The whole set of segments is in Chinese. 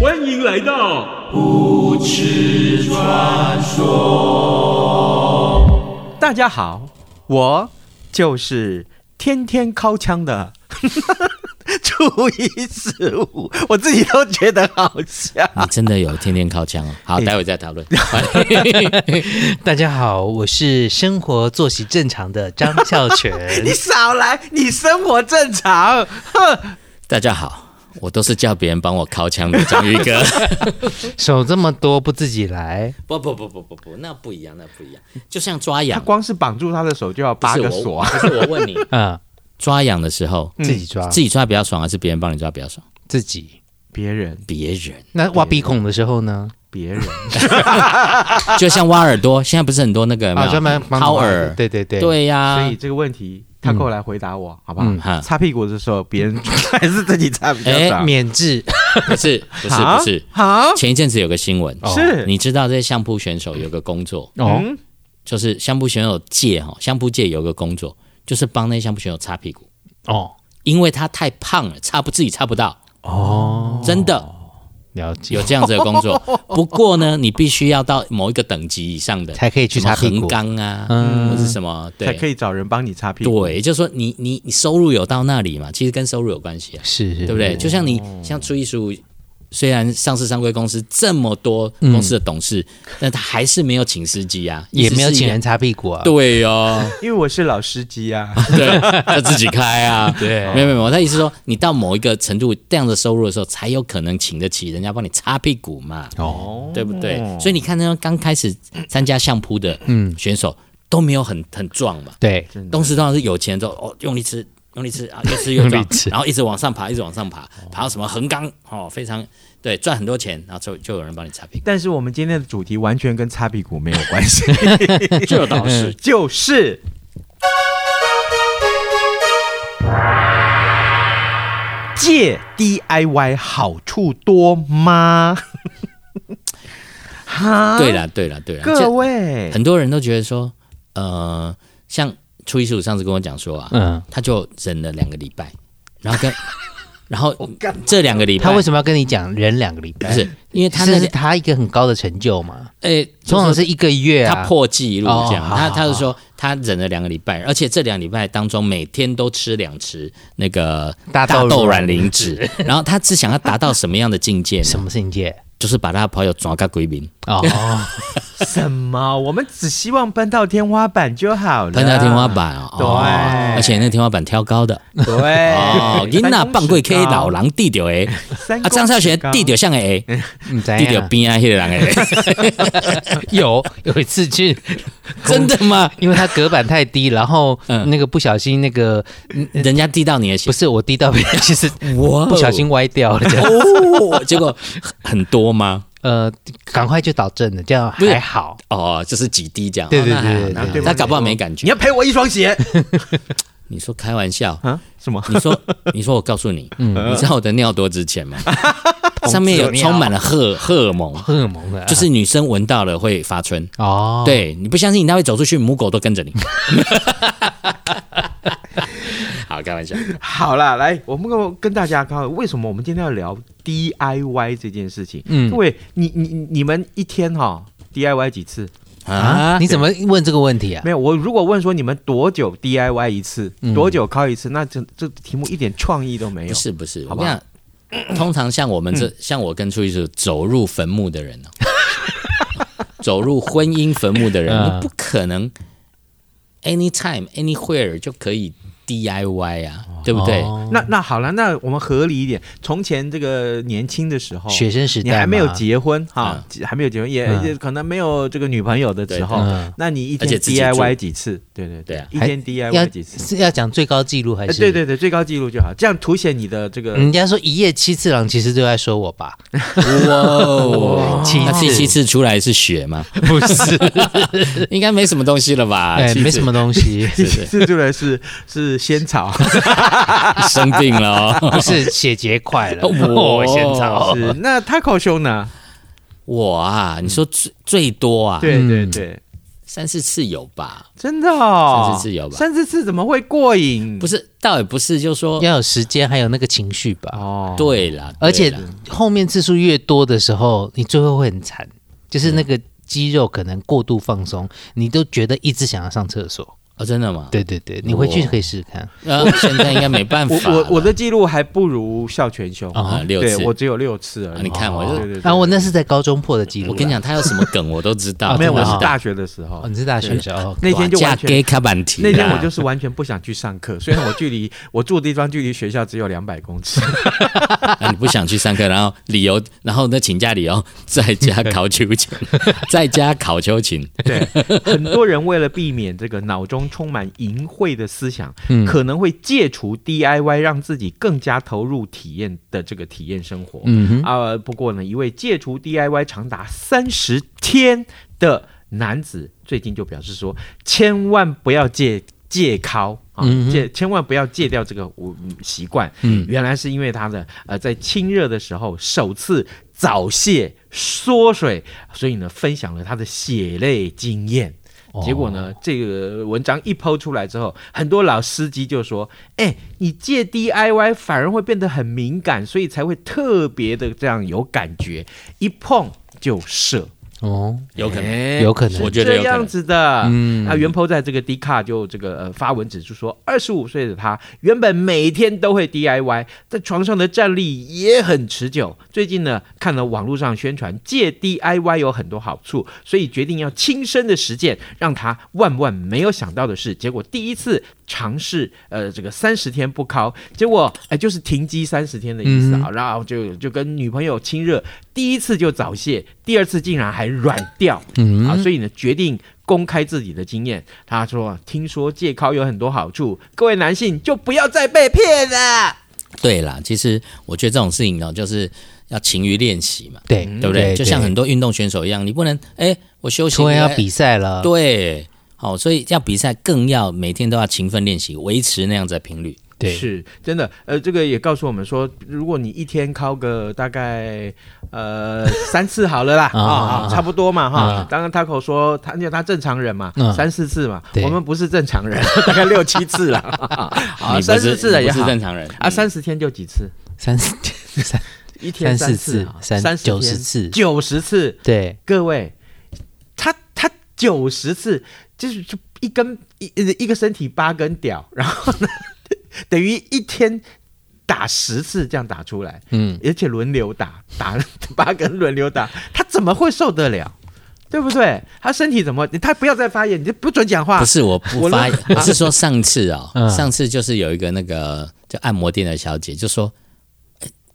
欢迎来到大家好，我就是天天敲枪的 初一十五，我自己都觉得好笑。你真的有天天靠墙哦？好，待会再讨论。大家好，我是生活作息正常的张孝全 你。 少来，你生活正常。哼，大家好，我都是叫别人帮我靠墙的章鱼哥。手这么多不自己来， 不不不不不不，那不一样，那不一样。就像抓他痒，光是绑住他的手就要不八是个我，锁。嗯不是我问你，嗯， 抓痒的时候，自己抓自己抓比较爽，还是别人帮你抓比较爽？自己。别人，别人，那挖鼻孔的时候呢？别 人， 就像挖耳朵，现在不是很多那个有没啊，有专门帮掏忙啊耳，对对对，对所呀以，这个问题他过来回答我，好不嗯好？哈擦屁股的时候，别人还是自己擦比较爽。免治。不是 不是啊不是。好，前一阵子有个新闻，是嗯你知道这些相扑选手有个工作，哦，就是相扑选手界哈，相扑界有个工作，就是帮那些相扑选手擦屁股，哦因为他太胖了，擦不自己擦不到，哦，真的了有解，这样子的 工作。不过呢，你必须要到某一个等级以上的才可以去什么擦屁横股。纲啊，嗯或是什么才可对。以找人帮你擦屁股。对，就是说你你你收入有到那里嘛，其实跟收入有关系啊，是是，对不对？就像你像初一十五，虽然上市上柜公司这么多公司的董事，但他还是没有请司机啊，嗯也没有意思是请一人擦屁股啊。对哦， 因为我是老司机啊，对，要自己开啊。 对没有没有，我的意思是说，你到某一个程度这样的收入的时候，才有可能请得起人家帮你擦屁股嘛，哦，嗯对不对？所以你看，那种刚开始参加相扑的选手都没有很很壮嘛，对，当时当然是有钱之后哦，用力吃。用力吃啊，越吃越用壮力吃，然后一直往上爬，一直往上爬，爬到什么横纲哦，非常对，赚很多钱，然后就就有人帮你擦 屁股，但是我们今天的主题完全跟擦屁股没有关系，这倒是就是借 DIY 好处多吗？ 哈，对，啦对啦对啦，啊各这位，很多人都觉得说，呃，像初一十五上次跟我讲说啊，嗯，他就忍了两个礼拜，然 后跟，然后这两个礼拜他为什么要跟你讲忍两个礼拜？不是，因为他这那是个哎他一个很高的成就嘛，诶，通常就是是一个月啊。他破纪录这样，哦好他好他就说他忍了两个礼拜，而且这两个礼拜当中每天都吃两匙那个大豆豆软软磷脂， 然后他是想要达到什么样的境界什呢？么境界？就是把他的朋友抓个鬼名，哦，什么？我们只希望奔到天花板就好啊了，喷到天花，板哦，对哦而且那个天花板挑高的哎对，哦，囡仔放过 K 老了，狼地着诶，三啊公张少尺学哎高地着像诶， 你怎地着样？边啊迄个人诶。 有有一次去，真的 吗？因为他隔板太低，然后嗯那个不小心那个人家递到你的鞋不，是我低到别人，其 实我不小心歪掉了，这样哦，结果很多吗？呃，赶快就导正了，这样不是还好。哦，就是几滴这样。对对哦那还好对那对还好对对他搞不好没感你觉。要赔我一双 鞋你说开玩笑？嗯啊？什么？你说你说我 告诉你，你知道我的尿多值钱吗？上面有童子哦尿充满了荷荷尔蒙，荷尔蒙的啊，就是女生闻到了会发春。哦，，对，你不相信，你那会走出去，母狗都 跟着你。 好，开玩笑。好啦，来，我们跟跟大家看，为什么我们今天要聊 DIY 这件事情？嗯，各位，你你你你们一天哈、DIY 几次？啊啊，，你怎么问这个问题啊？没有，我如果问说你们多久 DIY 一次，多久敲一次，那这这题目一点创意都没不有。是不是，好我吧跟你 讲，通常像我们嗯这，像我跟初一是走入坟墓 的人哦，走入婚姻坟墓的人，嗯你不可能 anytime anywhere 就可以 DIY 啊，对不对？哦那那好了，那我们合理一点。从前这个年轻的时候，学生时代你还没有嘛结婚哈，还没有结婚，也嗯也可能没有这个女朋友的时候对嗯，那你一而且天自己 DIY 住几次？对对对啊一还天要 DIY 几次？是要讲最高纪录还哎是？对对对，最高纪录就好，这样凸显你的这 个。人家说一夜七次郎，其实都在说我吧？哇哦，七那第次七次出来是血吗？不是， 应该没什么东西了吧？哎，七次没什么东 西，第几次出来是是仙草，生病了哦。 不是血结块了，我 我先操。是那 Taco 兄呢？我啊，你说最最多啊，对对嗯对，三四次有吧？真的哦，三四次有吧三四次怎么会过瘾？不是是，倒也不是，就说要有时间，还有那个情绪吧。哦，对啦，而且对啦后面次数越多的时候，你最后会很惨，就是那个嗯肌肉可能过度放松，你都觉得一直想要上厕所。哦，真的吗？对对对，你回去哇可以试试看。呃，现在应该没办法啊我了。我我的记录还不如孝全兄哦啊六对次，我只有六次而已。啊你看我就对对对啊，我那是在高中破的记录。我跟你，讲，他有什么梗我都知道。啊没有，我真是的啊大学的时候哦，，你是大学的时候，那天就嫁完全给。卡板提啦。那天我就是完全不想去上课，虽然我距离我住的地方距离学校只有两百公尺，啊，你不想去上课，然后理由，然后那请假理由，在家考 秋千，在家考秋千，对， 很多人为了避免这个脑中充满淫秽的思想，嗯可能会戒除 DIY，让自己更加投入体验的这个体验生活。嗯哼，啊、不过呢，一位戒除 DIY 长达三十天的男子，最近就表示说，千万不要戒戒尻。啊嗯，哼戒千万不要戒掉这个我嗯习惯。嗯原来是因为他的呃，在清热的时候首次早泄缩水，所以呢分享了他的血泪经验。哦结果呢，这个文章一抛出来之后，很多老司机就说：“哎，你借 DIY 反而会变得很敏感，所以才会特别的这样有感觉，一碰就射。哦，有可能。哎有可能我觉得这有可样能。子的，嗯嗯，啊，袁坡在这个 D 卡就这个呃发文指出说，二十五岁的他原本每天都会 DIY，在床上的站立也很持久。最近呢，看了网络上宣传借 DIY 有很多好处，所以决定要亲身的实践，让他万万没有想到的是，结果第一次尝试，呃，这个三十天不考，结果哎、就是停机三十天的意思啊，然后就就跟女朋友亲热，第一次就早泄，第二次竟然还软掉。啊，所以呢，决定公开自己的经验。他说：“听说戒尻有很多好处，各位男性就不要再被骗了。对啦，其实我觉得这种事情呢，就是要勤于练习嘛，对嗯嗯对不对？就像很多运动选手一样，你不能哎，我休息突然要哎比赛了，对，好，所以要比赛更要每天都要勤奋练习，维持那样子的频率。对，是真的。呃，这个也告诉我们说，如果你一天尻个大概呃三次好了啦， 啊啊、啊啊，差不多嘛哈啊。刚刚 Taco 说他，因为他正常人嘛嗯，三四次嘛对，我们不是正常人， 大概六七 次了，啊，你不三四是次了你也不是好正常人啊，嗯三十天就几次。”三四三 一天三四次次啊，三三九十次九十次，对，各位，他他九十次，就是就一根一一个身体八根屌，然后呢， 等于一天打十次这样打出来，嗯，而且轮流打，打八根轮流打，他怎么会受得了？对不对？他身体怎么？他不要再发言，你就不准讲话。嗯不是我不啊我发认，我是说上次哦，嗯上次就是有一个那个就按摩店的小姐就说，哎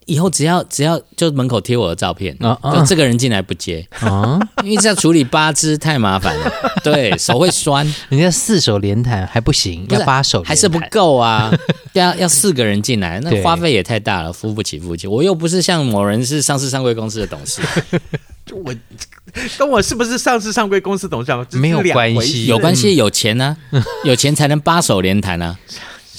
以后只要只要就门口贴我的照片， 嗯啊啊就这个人进来 不接，啊，因为这样处理八只太麻烦了，对手会酸，人家四手连弹还不行，不是要八手连弹还是不够 啊，要要四个人进来，那对花费也太大了，付不起付不起，我又不是像某人是上市上柜公司的董事，我跟我是不是上市上柜公司董事长 这是没有两关回系事有关系有钱呢、有钱才能八手连弹 啊，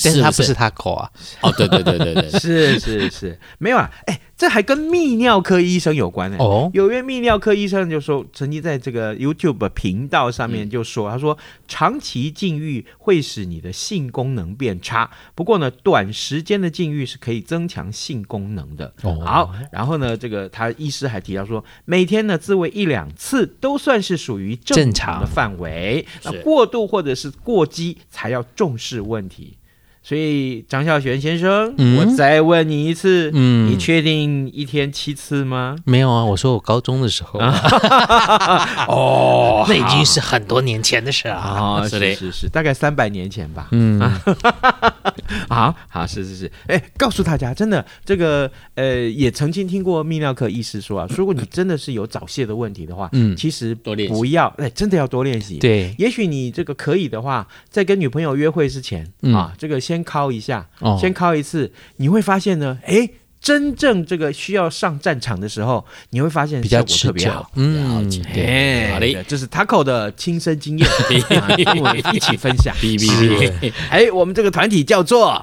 但是他不不是他口啊，哦，对对对对对，是是是，没有啊，哎，这还跟泌尿科医生有关呢、哎哦有一位泌尿科医生就说，曾经在这个 YouTube 频道上嗯面就说，他说长期禁欲会使你的性功能变差，不过呢，短时间的禁欲是可以增强性功能的。哦好，然后呢，这个他医师还提到说，每天呢自慰一两次都算是属于正正常的常范围，那是过度或者是过激才要重视问题。所以张孝全先生，嗯我再问你一次，嗯你确定一天七次吗？没有啊，我说我高中的时候， 哦，那已经是很多年前的事啊。啊，是的是是是，大概三百年前吧。 嗯，好好是是是，哎，告诉大家，真的这个呃，也曾经听过泌尿科医师说啊，如果你真的是有早泄的问题的话，嗯其实多练习不要，哎，真的要多练习。，对，也许你这个可以的话，在跟女朋友约会之前、嗯啊，这个先敲一下，哦先敲一次，你会发现呢，哎。真正这个需要上战场的时候，你会发现比较效果特持别久好。，嗯，对，哎，好嘞这是 Taco 的亲 身经验，啊跟我一起分享。哔哔哔， 哎，我 们这个团体叫做